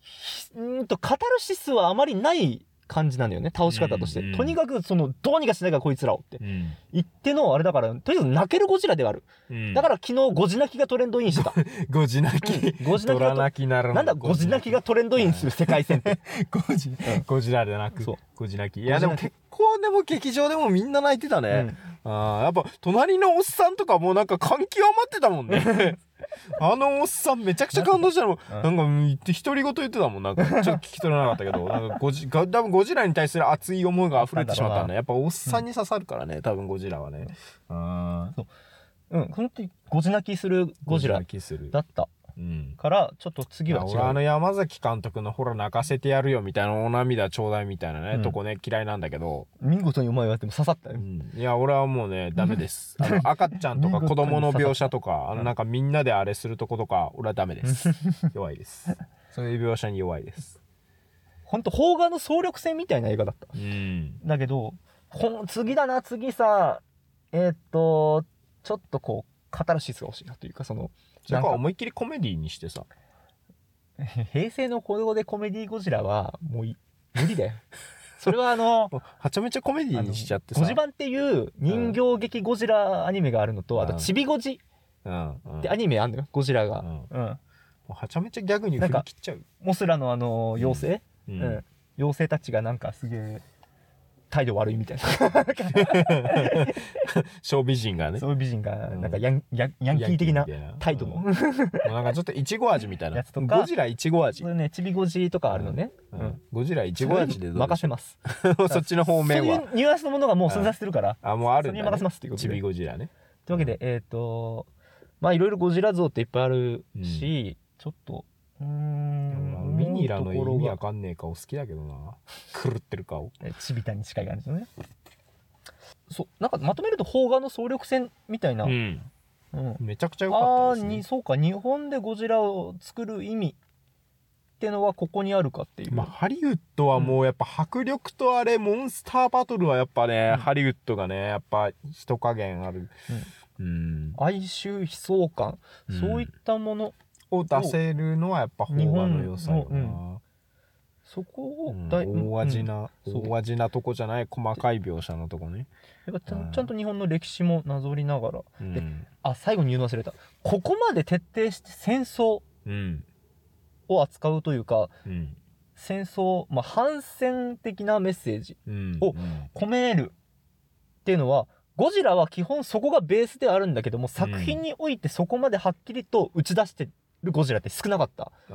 ひうーんとカタルシスはあまりない感じなんだよね倒し方として、
うんうん
とにかくそのどうにかしないからこいつらをって
うん
言ってのあれだからとりあえず泣けるゴジラではある、
うん
だから昨日ゴジ泣きがトレンドインしてた、
ゴジ泣
う
き
んゴジ泣
ド
きが
ラ
と
泣きならぬ
なんだゴジ泣きがトレンドインする世界線って
ゴジ
ん
ゴジラでなく
そう
ゴジラキいや
ゴジ
で
ラ
も
キ
結構でも劇場でもみんな泣いてた
うん
ね、あーやっぱ隣のおっさんとかもうなんか感極まってたもん ねあのおっさんめちゃくちゃ感動した
う
の
ん
なんかうん言って独り言言ってたもんな んかちょっと聞き取れなかったけどなんかゴジが多分ゴジラに対する熱い思いが溢れてしまった
なんだろう
ねやっぱおっさんに刺さるからね、多分ゴジラはねうん
うん、本当にゴジ泣きするゴジラ
泣きする
だった
うん
からちょっと次
い
は
や俺あ
違
の
う
山崎監督のほら泣かせてやるよみたいなお涙ちょうだいみたいなね、
うん
とこね嫌いなんだけど、
見事にうまいわっても刺さった
う
よ、
んいや俺はもうねダ メですあの赤ちゃんとか子供の描写とかあのなんかみんなであれするとことか俺はダメです弱いですそういう描写に弱いです
ほんと邦画の総力戦みたいな映画だった
うん
だけどこの次だな次さえーっとちょっとこうカタルシスが欲しいなというかその
それか
なんか
思いっきりコメディにしてさ
平成の子供でコメディゴジラはもうい無 理だよそれはあの
はちゃめちゃコメディにしちゃってさ
ゴジバンっていう人形劇ゴジラアニメがあるのと、
うん
あとチビゴジ
うんうん
ってアニメあんのよゴジラが、
うん
うん、
はちゃめちゃギャグに振り切っちゃう
モスラのあの妖精、
う
うんん妖精たちがなんかすげえ態度悪いみたいな
小美人がね
そういう美人が
うん
なんかヤン,、ヤンヤンキー的な態度
うん
の
もうなんかちょっといちご味みたいな
やつとか
ゴジラいちご味
そ、れねちびごじとかあるのね、
う
うんん
ゴジラいちご味でどうでしょう
任せます
そっちの方面は
そういうニュアンスのものがもう存在してるから
あもうあるん
それに
だ、
任せ
ね
ま、すっていうこと
ち
で
びゴジラね
というわけでえっ、とまあいろいろゴジラ像っていっぱいあるし、ちょっとうーん
ミニラの意
ところ
味
が
わかんねえ顔好きだけどな 狂ってる顔
えチビタに近い感じのねそうなんかまとめると邦画の総力戦みたいな、
ん
うん
めちゃくちゃ良か
あ
っ
ー
たで
に
すね
そうか日本でゴジラを作る意味ってのはここにあるかっていう、
まあ、ハリウッドはもうやっぱ迫力とあれモンスターバトルはやっぱね、
うん
ハリウッドがねやっぱ人加減ある、うん
哀愁悲壮感、
うん
そういったもの
を出せるのはやっぱ邦画の良さよな、
そこ
う
を
ん
だい
大味
うん
な、
うんそう
大味なとこじゃない細かい描写のとこね、
やっぱちゃ
うん
んちゃんと日本の歴史もなぞりながら
うん
あ最後に言うの忘れたここまで徹底して戦争
うん
を扱うというか
うん
戦争、まあ、反戦的なメッセージ
うん
お
うん
込めるっていうのはゴジラは基本そこがベースであるんだけども作品においてそこまではっきりと打ち出してるゴジラって少なかった
あ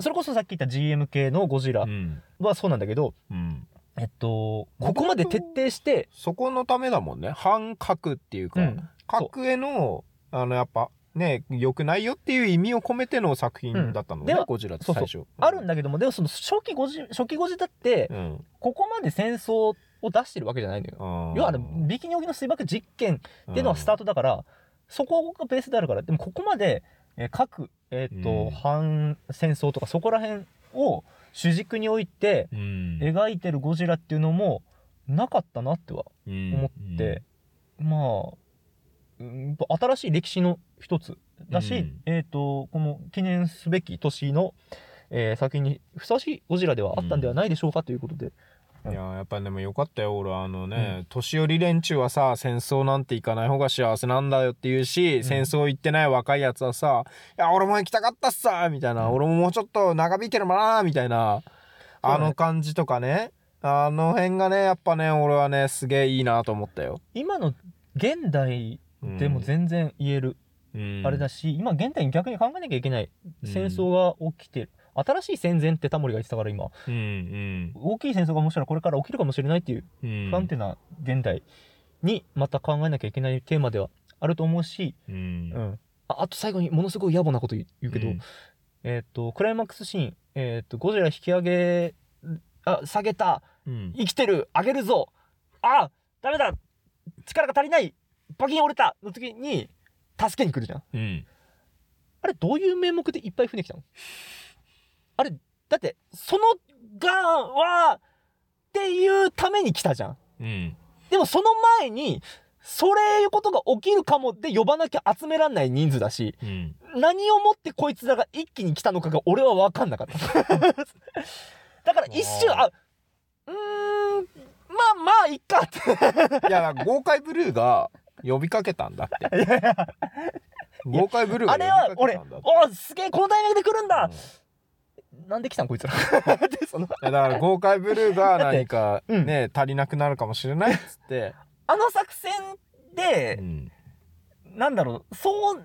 それこそさっき言った GM 系のゴジ
あ
ラ
うん
はそうなんだけど、
うん
えっとここまで徹底して、
そこのためだもんね反核っていうか、
うん
核へのあのやっぱね良くないよっていう意味を込めての作品だったのね、
うんでは
ゴジラって
そう
最
そう
初
あるんだけどもでもその初期ゴジ初期ゴジだって
うん
ここまで戦争を出してるわけじゃないのよ。
あ
要はあのビキニ沖の水爆実験っていうのはスタート
ト
だから、そこがベースであるからでもここまで、えー各、えーと
うん
反戦争とかそこら辺を主軸において
うん
描いてるゴジラっていうのもなかったなっては思
思
って、まあうんと新しい歴史の一つだし、
うん
えー、とこの記念すべき年の、えー作品にふさわしいゴジラではあったんではないでしょうかということで、うん
いやーやっぱでもよかったよ俺あのね、年寄り連中はさ戦争なんて行かない方が幸せなんだよって言うし、
ん
戦争行ってない若いやつはさ「いや俺も行きたかったっさ」みたいな、俺ももうちょっと長引いてるもんな」みたいな
そうだ
あ
ね
の感じとかねあの辺がねやっぱね俺はねすげえいいなと思ったよ。
今の現代
うん
でも全然言える、あれだし、今現代に逆に考えなきゃいけない戦争が起きてる、新しい戦前ってタモリが言ってたから今
うんうん
大きい戦争がもしかしたらこれから起きるかもしれないっていう
うん
不安定な現代にまた考えなきゃいけないテーマではあると思うし、
うん
うんああと最後にものすごい野暮なこと言う言うけど、
うん
えっ、とクライマックスシーン、えっとゴジラ引き上げあ下げた
うん
生きてる上げるぞあダメだ力が足りないバキン折れたの時に助けに来るじゃん
うん
あれどういう名目でいっぱい船来たのあれだってそのガンはっていうために来たじゃん
うん
でもその前にそれいうことが起きるかもで呼ばなきゃ集めらんない人数だし
うん
何をもってこいつらが一気に来たのかが俺は分かんなかった だから一瞬あうーんまあまあいっかって
いや、豪快ブルーが呼びかけたん だって。豪快ブルーが
あれは
呼
俺
びかけたんだって。
おすげえこのタイミングで来るんだ
うん、い
なんで来たんこいつらでその
やだから豪快ブルーが
だって
何か
うん
ね、足りなくなるかもしれないっつって、
あの作戦で、なんだろう、そう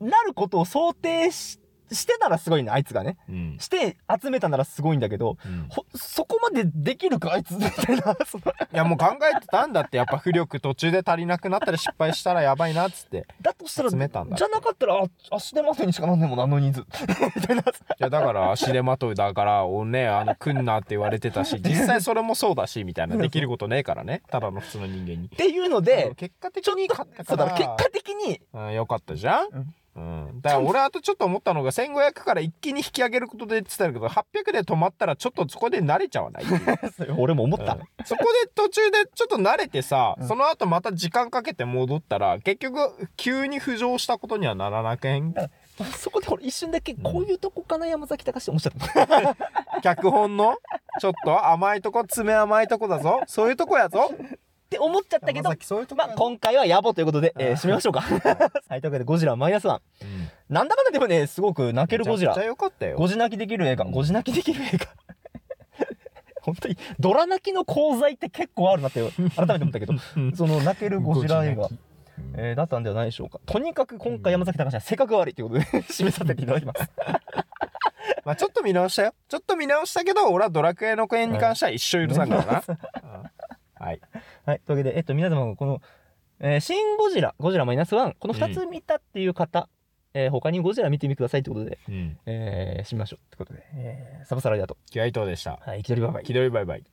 なることを想定ししてたらすごいね、あいつがね。
うん
して集めたならすごいんだけど、
うん
ほそこまでできるか、あいつみたいな。 その
いやもう考えてたんだってやっぱ浮力途中で足りなくなったら失敗したらやばいなっつってい
だとしたら、
集めたんだ
じゃなかったら、あ足手まといにしかなんでもなあの人数。みたいな。
やだから足手まといだからおねあの来んなって言われて たし実際それもそうだしみたいなできることねえからねただの普通の人間に
っていうので、
結果的
ちょっ
に
と
勝った、
そ
か
うだ
ら
から結果的 に、
うん、よかったじゃん、うん、だから俺あとちょっと思ったのが1500から一気に引き上げることでって言ってたけど800で止まったらちょっとそこで慣れちゃわない、うん
俺も 思った。
そこで途中でちょっと慣れてさ、
うん
その後また時間かけて戻ったら結局急に浮上したことにはならなけん
そこで俺一瞬だけ、こういうとこかな、山崎隆って思っちゃった。
脚本のちょっと甘いとこ爪甘いとこだぞそういうとこやぞ
って思っちゃったけど
山、崎そういうとこ
まあ
やぞ
今回は野暮ということで、えー
あー
締めましょうか。 はい、というわけで、ゴジラマイナスワン。
うん
なんだかんだでもね、すごく泣けるゴジ
め
ラ
ちゃくち。ゃよかったよ
ゴジ泣きできる映画。ゴジ泣きできる映画。 本当に、ドラ泣きの功罪って結構あるなって、改めて思ったけど、
うん
その泣けるゴジラ映
ゴ
画
ジ、
えーだったんではないでしょうか。とにかく今回山崎隆は性格が悪いということで、 締めさせていただきます。
まあちょっと見直したよちょっと見直したけど俺はドラクエの件に関しては一生許さんからな、 うんはい
はい、というわけで、えっと、皆様もこの、えーシン・ゴジラ、ゴジラマイナスワン、この2つ見たっていう方、えー他にゴジラ見てみてくださいということで、
うん
えー、締めましょうってことで、えーサブサライダーと、
気合いとうでした。
はい、いきなりバイバイ。
気取りバイバイ。